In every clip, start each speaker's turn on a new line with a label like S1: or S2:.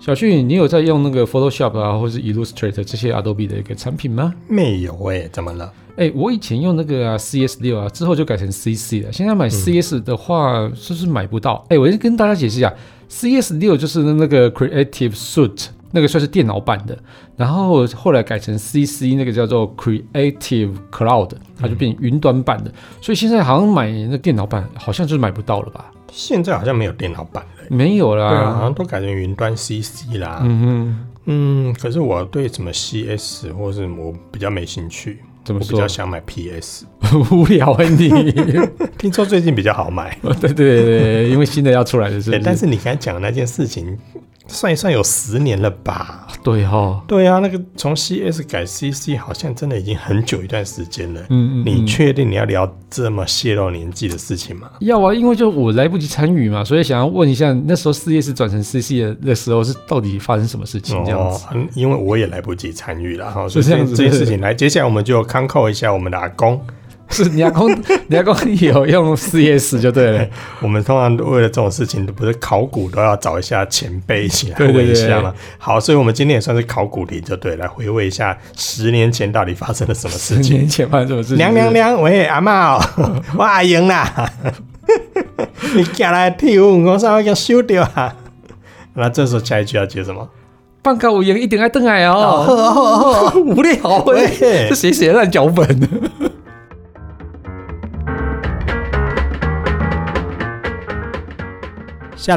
S1: 小旭，你有在用那个 Photoshop 啊，或是 Illustrator 这些 Adobe 的一个产品吗？
S2: 没有哎、怎么了？
S1: 哎、我以前用那个啊 CS 六啊，之后就改成 CC 了。现在
S2: 嗯
S1: 买 CS 的话，是不是买不到？哎、我先跟大家解释一下，CS 六就是那个 Creative Suite，那个算是电脑版的，然后后来改成 CC，那个叫做 Creative Cloud，它就变云端版的。所以现在好像买那个电脑版，好像就是买不到了吧？
S2: 现在好像没有电脑版了、
S1: 没有啦。
S2: 对啊，好像都改成云端 CC 啦。
S1: 嗯哼，
S2: 嗯，可是我对什么 CS 或是我比较没兴趣，
S1: 怎
S2: 我
S1: 么
S2: 比
S1: 说
S2: 较？想买 PS。
S1: 无聊啊你！
S2: 听说最近比较好买，
S1: 对对对对，因为新的要出来了，是不
S2: 对，
S1: 是？
S2: 哎但是你刚才讲的那件事情，算一算有十年了吧？
S1: 对哦哈，
S2: 对啊，那个从 CS 改 CC 好像真的已经很久一段时间了。
S1: 嗯嗯，
S2: 你
S1: 嗯
S2: 确定你要聊这么泄露年纪的事情吗？
S1: 要啊，因为就我来不及参与嘛，所以想要问一下，那时候四叶是转成 CC 的的时候，是到底发生什么事情这样子？
S2: 哦，嗯因为我也来不及参与了哈，所以
S1: 是
S2: 这
S1: 这样子
S2: 这件事情来，接下来我们就康扣一下我们的阿公。
S1: 是你阿公， 你阿公有用四叶石就对 了。
S2: 我们通常为了这种事情，不是考古都要找一下前辈一起来
S1: 对对
S2: 问一
S1: 对
S2: 下吗？好，所以我们今天也算是考古题，就对，来回味一下十年前到底发生了什么
S1: 十
S2: 事情。
S1: 年前发生什么事情？
S2: 娘娘娘，喂，阿嬷、哦， 我阿英啦， 你过来替我，我稍微给收掉啊。那这时候下一句要接什么？
S1: 半高五元一点爱邓矮哦， 无聊哎、
S2: 喂
S1: 这谁写的烂脚本？
S2: 下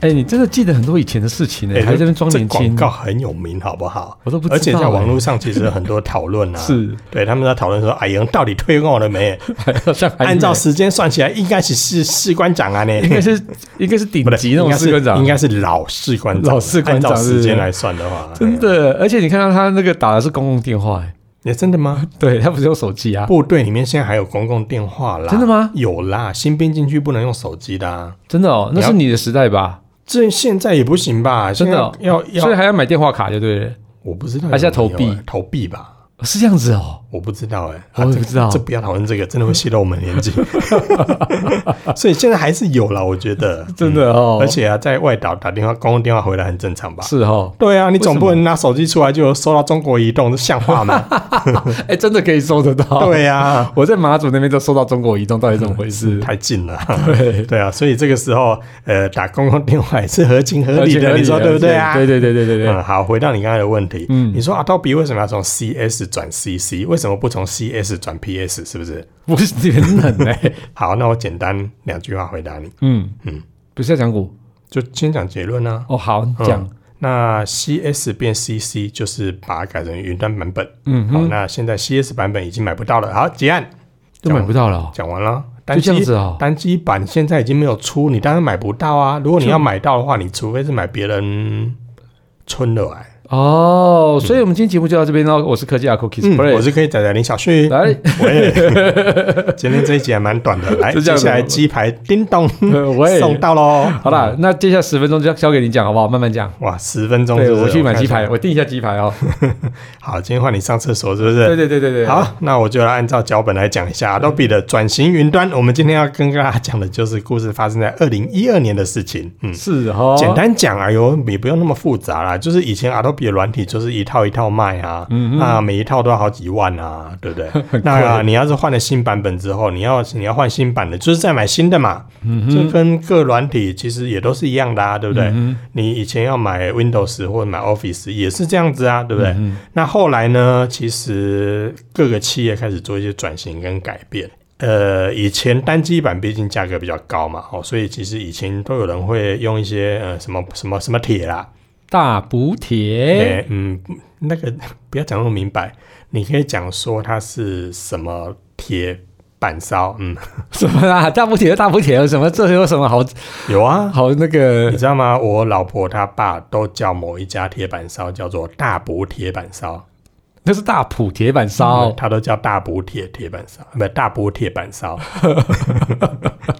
S1: 哎、你真的记得很多以前的事情呢、
S2: 哎
S1: 还在那边装年
S2: 这广
S1: 轻，
S2: 告很有名，好不好？
S1: 我都不知道、哎
S2: 而且在网络上其实有很多讨论啊，
S1: 是，
S2: 对他们在讨论说，哎呀，到底退货了没？
S1: 好像还没
S2: 按照时间算起来，应该是士士官长啊呢，
S1: 应该是应该是顶
S2: 不对
S1: 级那种士官长，
S2: 应该是应该是老士官长，
S1: 老士官长
S2: 按照时
S1: 是不是
S2: 间来算的话，
S1: 真的。而且你看到他那个打的是公共电话、欸，
S2: 也哎真的吗？
S1: 对他不是用手机啊？
S2: 部队里面现在还有公共电话啦，
S1: 真的吗？
S2: 有啦，新兵进去不能用手机的、啊。
S1: 真的哦，那是你的时代吧？
S2: 这现在也不行吧？
S1: 真的哦
S2: 现在要
S1: 所以
S2: 要，
S1: 还要买电话卡就对了，
S2: 我不知道有没有欸，
S1: 还是要投币
S2: 投币吧？
S1: 是这样子哦。
S2: 我不知道哎、
S1: 我也不知道
S2: 这这不要讨论这个，真的会泄露我们 年纪。所以现在还是有啦，我觉得
S1: 真、的哦，
S2: 嗯而且啊，在外岛打电话，公共电话回来很正常吧？
S1: 是哦，
S2: 对啊，你
S1: 为
S2: 总
S1: 什
S2: 不
S1: 么
S2: 能拿手机出来就有收到中国移动，这像 话吗？
S1: 哎、真的可以收得到。，
S2: 对啊，
S1: 我在马祖那边都收到中国移动，到底怎么回事？
S2: 太近了。
S1: 对，
S2: 对啊，所以这个时候，呃，打公共电话也是合情合理的，你说对不对啊？
S1: 对对对对对对，
S2: 嗯，好，回到你刚才的问题，
S1: 嗯
S2: 你说阿道比为什么要从 CS 转 CC？为什么不从 CS 转 PS？是不是？
S1: 不是很冷哎、
S2: 好，那我简单两句话回答你，
S1: 嗯嗯
S2: 嗯，
S1: 不是要讲股
S2: 就先讲结论啊。
S1: 哦，好
S2: 嗯
S1: 讲，
S2: 那 CS 变 CC 就是把它改成云端版本。
S1: 嗯
S2: 好，
S1: 哼，
S2: 那现在 CS 版本已经买不到了。好，结案，
S1: 都买不到了、哦，
S2: 讲完了。
S1: 就
S2: 单
S1: 这样
S2: 机
S1: 子哦。
S2: 单机版现在已经没有出，你当然买不到啊。如果你要买到的话，你除非是买别人村的来。
S1: 哦，所以我们今天节目就到这边喽。我是科技阿 Cookies，、
S2: 嗯，我是可以仔仔林小旭。
S1: 来，
S2: 喂，今天这一集还蛮 短的，来，
S1: 是这
S2: 接
S1: 样子
S2: 下来鸡排叮咚
S1: 呃 喂，
S2: 送到喽。
S1: 好啦，那接下来十分钟就交给你讲好不好？慢慢讲。
S2: 哇，十分钟
S1: 对，
S2: 是不是
S1: 我去买
S2: 看一
S1: 鸡
S2: 下
S1: 排，我订一下鸡排哦。
S2: 好，今天换你上厕所是不
S1: 对
S2: 是？
S1: 对对对对，，嗯
S2: 好，那我就来按照脚本来讲一下 Adobe 的转型云端。我们今天要跟大家讲的就是故事发生在二零一二年的事情。嗯，
S1: 是哦，
S2: 简，单讲，哎呦，也不用那么复杂啦。就是以前 Adobe 的软体就是一套一套卖啊，那每一套都要好几万啊，对不对？那你要是换了新版本之后，你要你要换新版的，就是再买新的嘛。这跟各软体其实也都是一样的啊，对不对？你以前要买 Windows 或者买 Office 也是这样子啊，对不对？那后来呢，其实各个企业开始做一些转型跟改变。呃，以前单机版毕竟价格比较高嘛，哦，所以其实以前都有人会用一些呃什么什么什么铁啦，
S1: 大补
S2: 诶、
S1: 贴，
S2: 嗯，那个不要讲那么明白，你可以讲说它是什么铁板烧，嗯，
S1: 什么啦？大补铁就大补铁，有什么这有什么好
S2: 有啊。
S1: 好那个
S2: 你？知道吗？我老婆她爸都叫某一家铁板烧叫做大补铁板烧，
S1: 那是大埔铁板烧，
S2: 他都叫大补铁铁板烧，不大补铁板烧，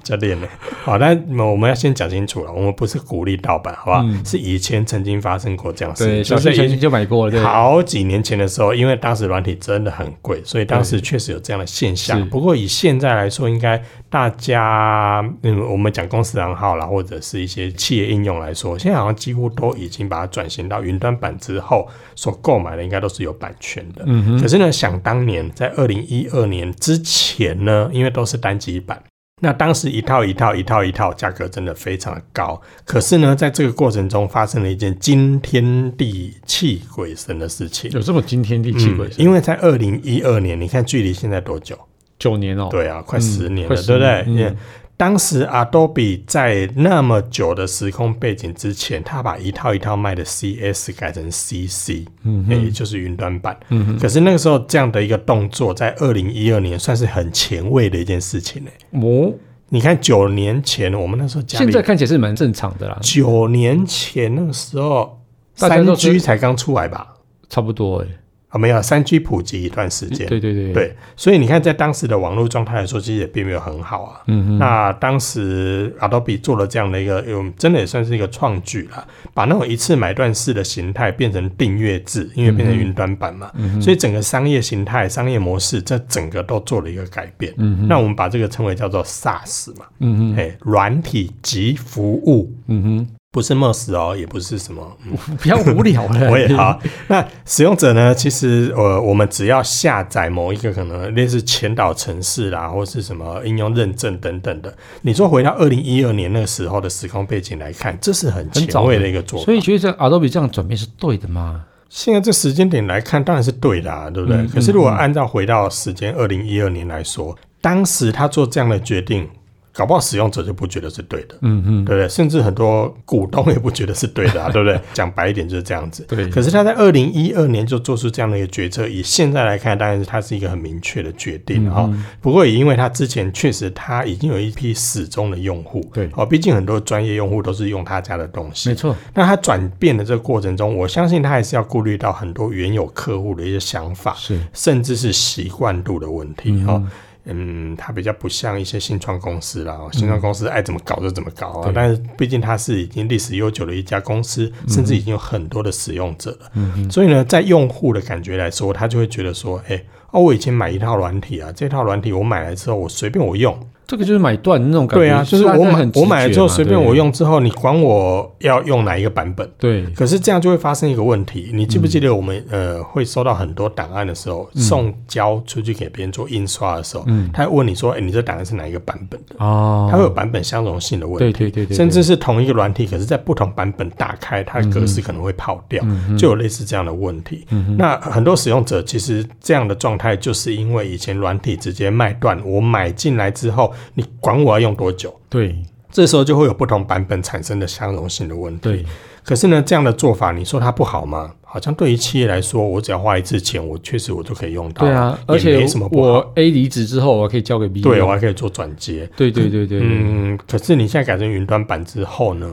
S2: 教练呢？好，但我们要先讲清楚了，我们不是鼓励盗版，好不好？是以前曾经发生过这样的事
S1: 对，
S2: 情，
S1: 小
S2: 就
S1: 学
S2: 是
S1: 前
S2: 以
S1: 就买过了，对，
S2: 好几年前的时候，因为当时软体真的很贵，所以当时确实有这样的现
S1: 是
S2: 象。不过以现在来说，应该大家，嗯，我们讲公司行号啦，或者是一些企业应用来说，现在好像几乎都已经把它转型到云端版之后，所购买的应该都是有版权的。
S1: 嗯哼，
S2: 可是呢，想当年在二零一二年之前呢，因为都是单机版。那当时一套一套一套一套，价格真的非常的高。可是呢，在这个过程中发生了一件惊天地泣鬼神的事情。
S1: 有这么惊天地泣鬼
S2: 嗯
S1: 神，
S2: 因为在二零一二年，你看距离现在多久？
S1: 九年哦，
S2: 对啊，快
S1: 嗯
S2: 十年了，
S1: 快
S2: 对
S1: 十
S2: 不
S1: 年
S2: 对？因为当时 Adobe 在那么久的时空背景之前，他把一套一套卖的 CS 改成 CC，嗯，也就是云端版。嗯，可是那个时候这样的一个动作，在二零一二年算是很前卫的一件事情呢、
S1: 哦，
S2: 你看九年前，我们那时候家
S1: 现
S2: 里
S1: 在看起来是蛮正常的啦，
S2: 九年前那个时候，
S1: 大家
S2: 三
S1: 都是
S2: G 才刚出来吧？
S1: 差不多哎，
S2: 啊，没有，三 G 普及一段时间。
S1: 对对对，
S2: 对，所以你看，在当时的网络状态来说，其实也并没有很好啊。嗯哼。那当时 Adobe 做了这样的一个，嗯，真的也算是一个创举啦，把那种一次买断式的形态变成订阅制，因为变成云端版嘛。嗯、所以整个商业形态、商业模式，这整个都做了一个改变。嗯那我们把这个称为叫做 SaaS 嘛。嗯哼。哎，软体及服务。嗯哼。不是 MERS 哦，也不是什么
S1: 比较无聊了，
S2: 我也好。那使用者呢？其实呃，我们只要下载某一个可能类似前导程式啦，或是什么应用认证等等的。你说回到二零一二年那个时候的时空背景来看，这是很
S1: 很
S2: 前
S1: 早
S2: 卫的一个做法。
S1: 所以觉得这 Adobe 这样转变是对的吗？
S2: 现在这时间点来看，当然是对的、啊，对不对？可是如果按照回到时间二零一二年来说，当时他做这样的决定，搞不好使用者就不觉得是对的，嗯嗯，对不对？甚至很多股东也不觉得是对的、啊，对不对？讲白一点就是这样子。
S1: 对
S2: 可是他在二零一二年就做出这样的一个决策，以现在来看，当然是他是一个很明确的决定啊、不过也因为他之前确实他已经有一批死忠的用户，
S1: 对
S2: 哦，毕竟很多专业用户都是用他家的东西，
S1: 没错，
S2: 那它转变的这个过程中，我相信它还是要顾虑到很多原有客户的一些想法，
S1: 是
S2: 甚至是习惯度的问题哈。嗯，它比较不像一些新创公司啦，哦新创公司爱怎么搞就怎么搞
S1: 嗯
S2: 啊。
S1: 对
S2: 但是毕竟它是已经历史悠久的一家公司，甚至已经有很多的使用者了。
S1: 嗯
S2: 所以呢，在用户的感觉来说，他就会觉得说，哎、哦，我以前买一套软体啊，这套软体我买来之后，我随便我用，
S1: 这个就是买断那种感觉，
S2: 对啊，就是我
S1: 大家
S2: 买
S1: 很直
S2: 我买了
S1: 觉
S2: 之后
S1: 嘛
S2: 随便我，
S1: 对
S2: 用之后，你管我要用哪一个版本？
S1: 对，
S2: 可是这样就会发生一个问题，你记不记得我们、
S1: 嗯
S2: 呃会收到很多档案的时候，送交出去给别人做印刷的时候，他会问你说：“哎、你这档案是哪一个版本的？”
S1: 嗯哦，
S2: 它会有版本相容性的问
S1: 对
S2: 题。
S1: 对对对，
S2: 甚至是同一个软体，可是在不同版本打开，它的格
S1: 嗯
S2: 式可能会跑掉，就有类似这样的问题。那很多使用者其实这样的状态，就是因为以前软体直接卖断，我买进来之后，你管我要用多久，
S1: 对
S2: 这时候就会有不同版本产生的相容性的问题。
S1: 对，
S2: 可是呢，这样的做法，你说它不好吗？好像对于企业来说，我只要花一次钱，我确实我就可以用到，
S1: 对啊，
S2: 也
S1: 而且
S2: 没什么不好。
S1: 我 A 离职之后，我可以交给 B，
S2: 对，我还可以做转接。
S1: 对对对对对
S2: 嗯，可是你现在改成云端版之后呢，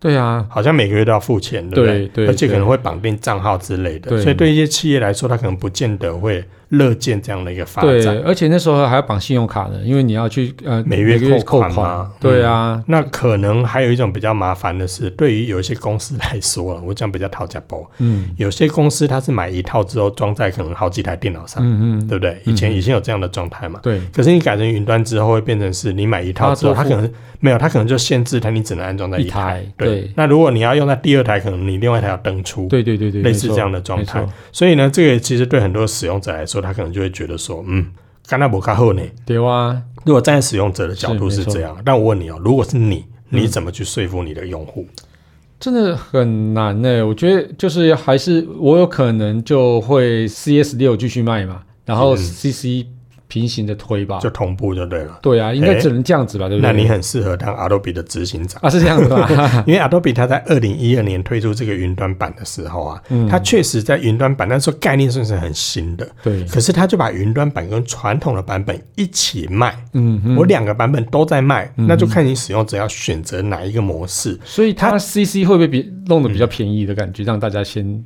S1: 对啊，
S2: 好像每个月都要付钱，对不
S1: 对对
S2: 而且可
S1: 对
S2: 能会绑定账号之类的，
S1: 对
S2: 所以对一些企业来说，它可能不见得会乐见这样的一个发展。
S1: 对，而且那时候还要绑信用卡呢，因为你要去呃
S2: 每月扣
S1: 扣
S2: 款嘛嗯
S1: 对啊，
S2: 那可能还有一种比较麻烦的是，对于有一些公司来说，我讲比较讨价包，
S1: 嗯
S2: 有些公司它是买一套之后装在可能好几台电脑上，
S1: 嗯嗯，
S2: 对不对？以前已经有这样的状态嘛。
S1: 对，
S2: 可是你改成云端之后，会变成是你买一套之后，
S1: 它
S2: 它
S1: 多付
S2: 可能没有，它可能就限制它，你只能安装在
S1: 一
S2: 台。
S1: 台，
S2: 对
S1: 对，
S2: 那如果你要用在第二台，可能你另外一台要登出。
S1: 对对对对，
S2: 类
S1: 没
S2: 似
S1: 错
S2: 这样的状态
S1: 没错，
S2: 所以呢，这个其实对很多使用者来说，他可能就会觉得说，嗯，干那不卡后呢？
S1: 对啊，
S2: 如果站在使用者的角度
S1: 是嗯
S2: 是
S1: 没错嗯
S2: 这样，但我问你哦，如果是你，你怎么去说服你的用户？
S1: 真的很难呢、我觉得就是还是我有可能就会 CS 六继续卖嘛，然后 CC 平行的推吧
S2: 就。同步就对了。
S1: 对啊，应该只能这样子啊吧，对不对？
S2: 那你很适合当 Adobe 的执行长，
S1: 啊是这样子 吧？
S2: 因为 Adobe 它在二零一二年推出这个云端版的时候啊，
S1: 嗯
S2: 它确实在云端版那时候概念算是很新的，
S1: 对，
S2: 可是它就把云端版跟传统的版本一起卖，
S1: 嗯哼，嗯
S2: 我两个版本都在卖，那就看你使用者要选择哪一个模式。
S1: 所以它 CC 会不会比
S2: 嗯
S1: 弄得比较便宜的感觉，让大家先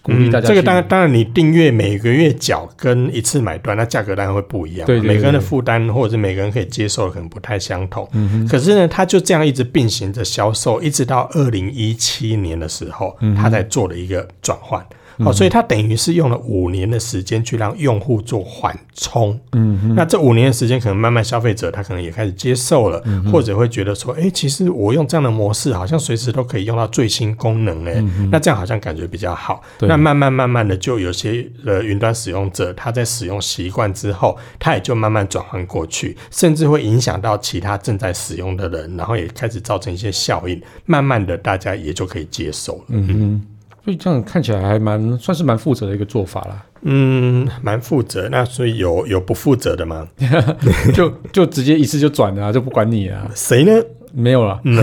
S1: 鼓励大家去？
S2: 这个当然，当然你订阅每个月缴跟一次买断，那价格当然会不一样嘛。
S1: 对对对嗯
S2: 每个人的负担或者是每个人可以接受的可能不太相同。可是呢，它就这样一直并行着销售，一直到二零一七年的时候，
S1: 嗯
S2: 它才做了一个转换。好、所以它等于是用了五年的时间去让用户做缓冲。嗯，那这五年的时间，可能慢慢消费者他可能也开始接受了，
S1: 嗯
S2: 或者会觉得说，哎、其实我用这样的模式，好像随时都可以用到最新功能哎、那这样好像感觉比较好。
S1: 嗯对
S2: 那慢慢慢慢的，就有些呃云端使用者，他在使用习惯之后，他也就慢慢转换过去，甚至会影响到其他正在使用的人，然后也开始造成一些效应，慢慢的大家也就可以接受了。
S1: 嗯哼，所以这样看起来还蛮算是蛮负责的一个做法啦。
S2: 嗯，蛮负责。那所以有有不负责的吗？嗯
S1: 就就直接一次就转了、啊，就不管你啊，
S2: 谁呢？
S1: 没有了，
S2: 嗯，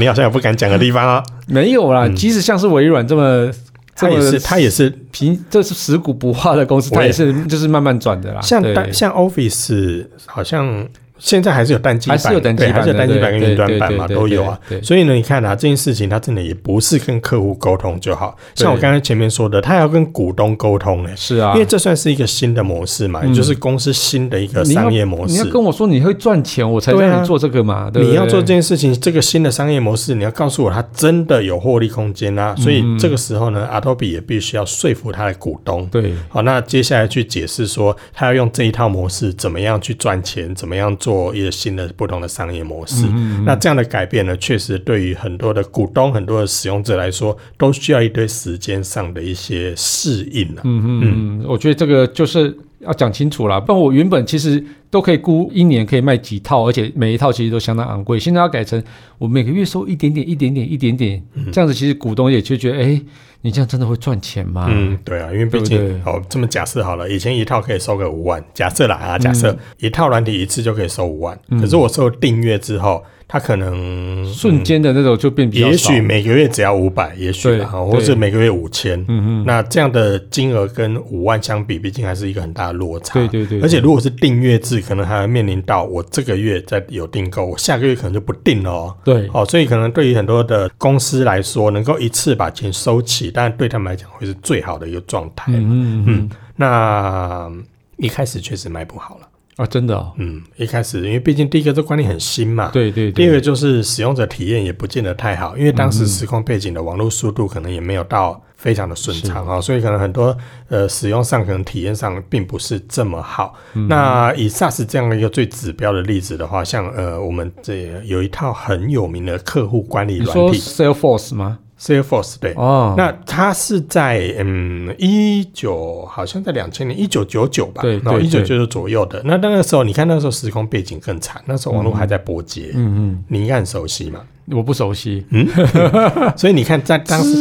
S2: 你好像有不敢讲的地方啊。
S1: 没有啦。即使像是微软这么这
S2: 他
S1: 么
S2: 也是，他也是
S1: 平，这是死骨不化的公司，
S2: 我
S1: 它
S2: 也
S1: 也是就是慢慢转的啦。
S2: 像
S1: 啊对
S2: 单像 Office 好像。现在还是有单机版，
S1: 还是有单机
S2: 对还是有
S1: 版的
S2: 单机版
S1: 对
S2: 跟云端
S1: 对
S2: 版
S1: 对
S2: 嘛，
S1: 对
S2: 都
S1: 对
S2: 有啊
S1: 对。对
S2: 所以呢，你看啊，这件事情它真的也不是跟客户沟通就好，
S1: 对
S2: 像我刚才前面说的，它要跟股东沟通呢，
S1: 是啊，
S2: 因为这算是一个新的模式嘛，也就是公司新的一个
S1: 你要
S2: 商业模
S1: 嗯你
S2: 式
S1: 要。跟我说你会赚钱，我才
S2: 对啊
S1: 让你做这个嘛。对不
S2: 你
S1: 对
S2: 要做这件事情，这个新的商业模式，你要告诉我它真的有获利空间啊。所
S1: 嗯
S2: 以这个时候呢，Adobe 也必须要说服它的股东，
S1: 对，
S2: 好，那接下来去解释说，他要用这一套模式怎么样去赚钱，怎么样做一些新的不同的商业
S1: 嗯
S2: 模式。那这样的改变呢，确实对于很多的股东、很多的使用者来说，都需要一堆时间上的一些适应啊。
S1: 嗯嗯，我觉得这个就是要讲清楚啦，不然我原本其实都可以估一年可以卖几套，而且每一套其实都相当昂贵。现在要改成我每个月收一点点、一点点、一点点，
S2: 嗯
S1: 这样子其实股东也就觉得，哎，你这样真的会赚钱吗？
S2: 嗯，对啊，因为毕
S1: 对
S2: 竟
S1: 不对
S2: 好这么假设好了，以前一套可以收个五万，假设啦啊，假
S1: 嗯
S2: 设、一套软体一次就可以收五万，可是我收订阅之后，它可能
S1: 瞬间的那种就变比较
S2: 也
S1: 少
S2: 许每个月只要五百，也许啦
S1: 对
S2: 或
S1: 对
S2: 是每个月五千，嗯嗯，那这样的金额跟五万相比，毕竟还是一个很大的落差。
S1: 对对对
S2: 而且如果是订阅制，可能还要面临到我这个月在有订购，我下个月可能就不订了哦。
S1: 对
S2: 哦，所以可能对于很多的公司来说，能够一次把钱收齐，当然对他们来讲会是最好的一个状态。
S1: 嗯嗯嗯
S2: 那嗯一开始确实卖不好了，
S1: 啊，真的哦，
S2: 嗯，一开始因为毕竟第一个这观念很新嘛，
S1: 对对
S2: 第
S1: 对，
S2: 二个就是使用者体验也不见得太好，因为当
S1: 嗯
S2: 时时空背景的网络速度可能也没有到非常的顺畅啊、哦，所以可能很多呃使用上可能体验上并不是这么好。
S1: 嗯
S2: 那以 SaaS 这样的一个最指标的例子的话，像呃我们这有一套很有名的客户管理
S1: 你
S2: 软
S1: 说
S2: 体
S1: Salesforce 吗？
S2: Salesforce，对。
S1: 哦，
S2: 那它是在嗯一九好像在两千年一九九九吧，
S1: 对
S2: 然后
S1: 对
S2: 一九
S1: 对
S2: 九九左右的。那那个时候你看那时候时空背景更惨，那时候网络还在波接，
S1: 嗯
S2: 你应该很熟悉嘛。
S1: 嗯，我不熟悉，
S2: 所以你看，在当时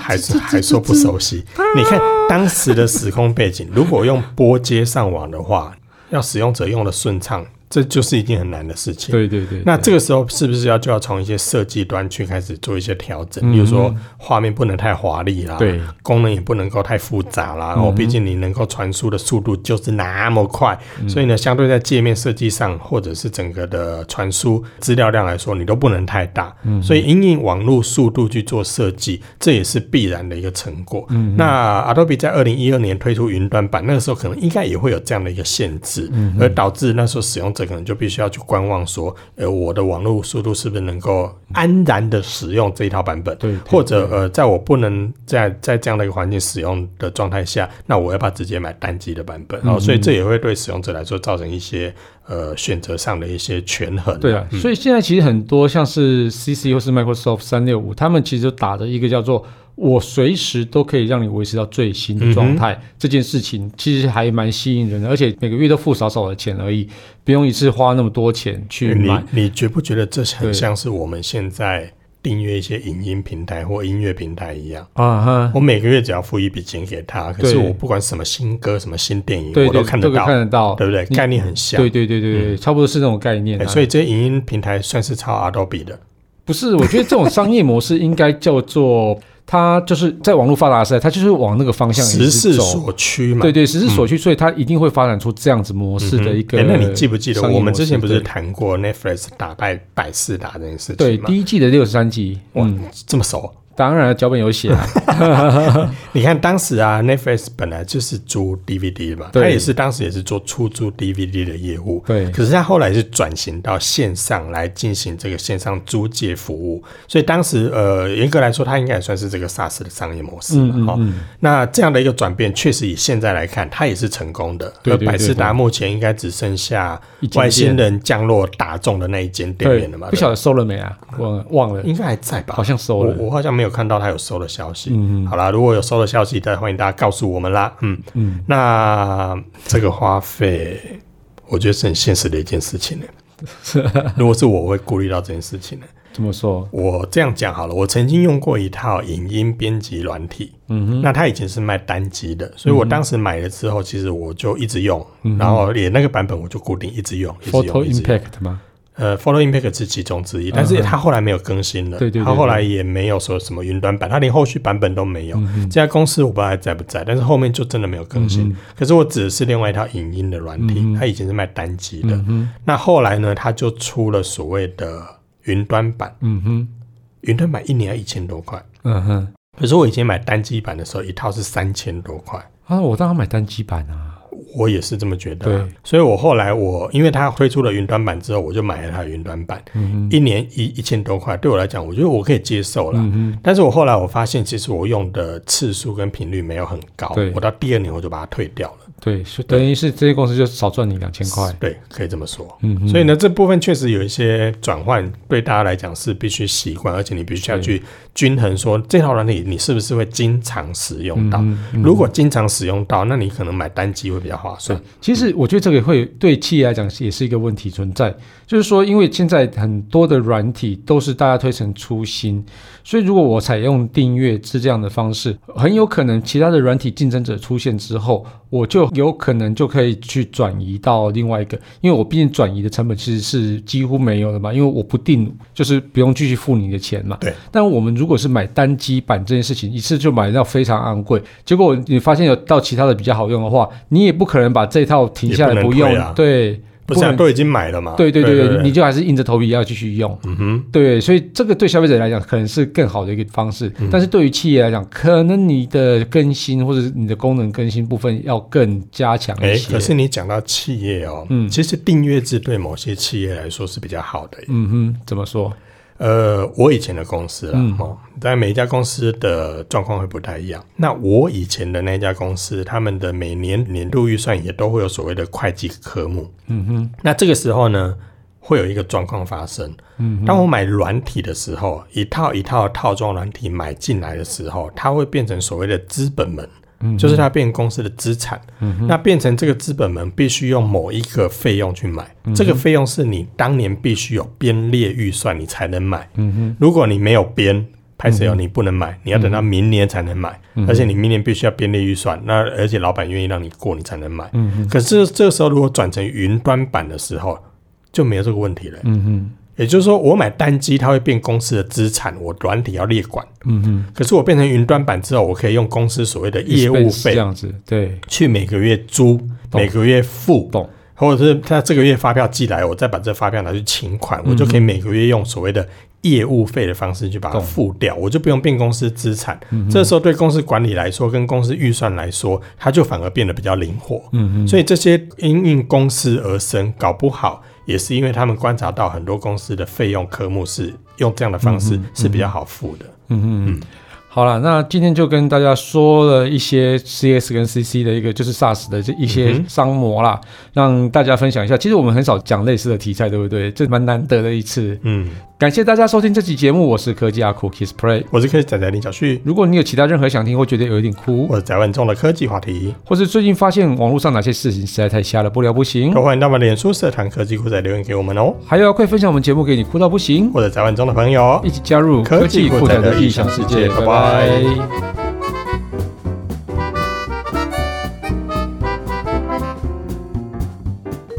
S2: 还是还说不熟悉。你看
S1: 啊
S2: 当时的时空背景，如果用拨接上网的话，要使用者用的顺畅，这就是一件很难的事情。
S1: 对对对，
S2: 那这个时候是不是要就要从一些设计端去开始做一些调
S1: 嗯
S2: 整？比如说画面不能太华丽啦，
S1: 对，
S2: 功能也不能够太复杂啦。哦，毕竟你能够传输的速度就是那么快，所以呢，相对在界面设计上或者是整个的传输资料量来说，你都不能太大。所以因应网络速度去做设计，这也是必然的一个成果。那 Adobe 在二零一二年推出云端版，那个时候可能应该也会有这样的一个限制，而导致那时候使用者可能就必须要去观望说，呃，我的网络速度是不是能够安然的使用这一套版本？
S1: 对对
S2: 或者呃，在我不能在在这样的一个环境使用的状态下，那我要不要直接买单机的版本？然后、
S1: 嗯
S2: 所以这也会对使用者来说造成一些呃选择上的一些权衡。
S1: 对啊，所以现在其实很多像是 CC 或是 Microsoft 三六五，他们其实就打着一个叫做“我随时都可以让你维持到最新的状
S2: 嗯
S1: 态”这件事情，其实还蛮吸引人的，而且每个月都付少少的钱而已，不用一次花那么多钱去
S2: 哎你
S1: 买。
S2: 你觉不觉得这很
S1: 对
S2: 像是我们现在订阅一些影音平台或音乐平台一样。
S1: 啊哈，
S2: 我每个月只要付一笔钱给他，可是
S1: 对
S2: 我不管什么新歌、什么新电影，
S1: 对
S2: 我都
S1: 对，
S2: 看
S1: 这
S2: 得
S1: 个
S2: 到，
S1: 看得到，
S2: 对不对？
S1: 你
S2: 概念很像。
S1: 对对对对对，差不多是这种概念
S2: 哎
S1: 啊。
S2: 所以这些影音平台算是抄 Adobe 的，
S1: 不是，我觉得这种商业模式应该叫做它就是在网络发达的时代，它就是往那个方向一
S2: 时
S1: 直
S2: 势
S1: 走。
S2: 所趋嘛。
S1: 对对，实事所趋，所以它一定会发展出这样子模式的一个
S2: 哎
S1: 商业模
S2: 那
S1: 式。
S2: 你记不记得我们之前不是
S1: 对
S2: 谈过 Netflix 打败百事达这件事
S1: 对
S2: 情吗？
S1: 第一季的六十三集？
S2: 哇
S1: 嗯，，
S2: 这么熟！
S1: 当然了脚本有写啊。
S2: 你看当时啊，Netflix 本来就是租 DVD 的嘛，
S1: 对
S2: 它也是当时也是做出租 DVD 的业务，
S1: 对
S2: 可是它后来是转型到线上来进行这个线上租借服务，所以当时呃，严格来说，它应该也算是这个 SaaS 的商业模式嘛。
S1: 嗯嗯
S2: 哦
S1: 嗯
S2: 那这样的一个转变，确实以现在来看，它也是成功的。
S1: 对对
S2: 而百
S1: 对
S2: 事达
S1: 对
S2: 目前应该只剩下
S1: 一间
S2: 外星
S1: 店
S2: 人降落打中的那一间店面了嘛？
S1: 不
S2: 对
S1: 晓得收了没啊？忘了忘了，
S2: 应该还在吧？
S1: 好像收
S2: 我
S1: 了。
S2: 我好像没有看到他有收的消息。嗯，好啦，如果有收的消息，再欢迎大家告诉我们啦。嗯嗯，那这个花费，我觉得是很现实的一件事情 呢。如果是我，我会顾虑到这件事情呢。
S1: 怎么说？
S2: 我这样讲好了，我曾经用过一套影音编辑软体，嗯哼，那嗯它以前是卖单机的，所以我当时买了之后，其实我就一直用，然后也那个版本我就固定一直用，一直
S1: Photo
S2: 用，一直用。
S1: Impact 吗？
S2: 呃，Follow Impact 是其中之一，但是它后来没有更新
S1: 嗯
S2: 了，
S1: 对对对嗯
S2: 它后来也没有说什么云端版，它连后续版本都没有。这家公司我不知道还在不在，但是后面就真的没有更
S1: 嗯
S2: 新。可是我指的是另外一套影音的软体，它以前是卖单机的，
S1: 嗯
S2: 那后来呢，它就出了所谓的云端版，
S1: 嗯哼，
S2: 云端版一年要一千多块，
S1: 嗯哼。
S2: 可是我以前买单机版的时候，一套是三千多块。
S1: 啊，我当然买单机版啊。
S2: 我也是这么觉得啊、
S1: 对
S2: 所以我后来我因为它推出了云端版之后，我就买了它的云端版，
S1: 嗯
S2: 一年一一千多块，对我来讲，我觉得我可以接受
S1: 嗯
S2: 了。但是我后来我发现，其实我用的次数跟频率没有很高
S1: 对，
S2: 我到第二年我就把它退掉了。
S1: 对，是等于是这些公司就少赚你两千块。
S2: 对，可以这么说。
S1: 嗯哼
S2: 所以呢，这部分确实有一些转换，对大家来讲是必须习惯，而且你必须要去均衡说这套软体你是不是会经常使
S1: 嗯
S2: 用到。如果经常使用到，那你可能买单机会比较划算。
S1: 其实我觉得这个会对企业来讲也是一个问题存在，就是说，因为现在很多的软体都是大家推陈出新，所以如果我采用订阅制这样的方式，很有可能其他的软体竞争者出现之后，我就有可能就可以去转移到另外一个，因为我毕竟转移的成本其实是几乎没有的嘛，因为我不定就是不用继续付你的钱嘛。
S2: 对。
S1: 但我们如果是买单机版这件事情，一次就买到非常昂贵，结果你发现有到其他的比较好用的话，你也不可能把这套停下
S2: 也
S1: 来
S2: 不能
S1: 不用，
S2: 退啊
S1: 对，
S2: 不是、啊、
S1: 能
S2: 都已经买了嘛？
S1: 对对对
S2: 对
S1: 对，你就还是硬着头皮要继续用。
S2: 嗯哼，
S1: 对，所以这个对消费者来讲可能是更好的一个方式，
S2: 嗯
S1: 但是对于企业来讲，可能你的更新或者是你的功能更新部分要更加强
S2: 哎、
S1: 一些。
S2: 可是你讲到企业哦，嗯，其实订阅制对某些企业来说是比较好的耶。
S1: 嗯哼，怎么说？
S2: 呃，我以前的公司啦，
S1: 嗯
S2: 哦，但每一家公司的状况会不太一样。那我以前的那家公司，他们的每年年度预算也都会有所谓的会计科目。
S1: 嗯哼，
S2: 那这个时候呢，会有一个状况发生。嗯，当我买软体的时候，一套一套套装软体买进来的时候，它会变成所谓的资本门。就是它变成公司的资产，那变成这个资本门必须用某一个费用去买，这个费用是你当年必须有编列预算你才能买，如果你没有编，拍谁
S1: 嗯
S2: 哦，你不能买，你要等到明年才能买，而且你明年必须要编列预算，那而且老板愿意让你过，你才能买。
S1: 嗯
S2: 可是这时候如果转成云端版的时候，就没有这个问题了。
S1: 嗯哼，
S2: 也就是说，我买单机，它会变公司的资产，我软体要列管。
S1: 嗯哼，
S2: 可是我变成云端版之后，我可以用公司所谓的业务
S1: expense 这
S2: 费
S1: 样子，对，
S2: 去每个月租，
S1: 懂
S2: 每个月付，
S1: 懂，
S2: 或者是他这个月发票寄来，我再把这发票拿去请款，
S1: 嗯
S2: 我就可以每个月用所谓的业务费的方式去把它
S1: 懂嗯
S2: 付掉，我就不用变公司资产。这时候对公司管理来说，跟公司预算来说，它就反而变得比较灵活。
S1: 嗯
S2: 所以这些因应公司而生，搞不好也是因为他们观察到
S1: 嗯
S2: 很多公司的费用科目是用这样的方式是比较好付的。
S1: 嗯嗯。好了，那今天就跟大家说了一些 CS 跟 CC 的一个就是 SARS 的这一
S2: 嗯
S1: 些商模啦，让大家分享一下。其实我们很少讲类似的题材，对不对？这蛮难得的一次。
S2: 嗯，
S1: 感谢大家收听这期节目，我是科技阿酷 Kiss Play。
S2: 我是科技仔仔林小旭，
S1: 如果你有其他任何想听或觉得有一点酷，
S2: 我是宅问中的科技话题，
S1: 或是最近发现网络上哪些事情实在太瞎了，不聊不行，
S2: 都欢迎到我们脸书社团科技酷仔留言给我们哦，
S1: 还有啊快分享我们节目给你哭到不行，
S2: 或者宅问中的朋友哦
S1: 一，起加入科
S2: 科
S1: 技
S2: 技
S1: 酷
S2: 酷
S1: 宅
S2: 宅
S1: 的
S2: 的
S1: 异
S2: 异
S1: 想
S2: 想
S1: 世
S2: 世
S1: 界，
S2: 界
S1: 拜
S2: 拜
S1: 拜
S2: 拜。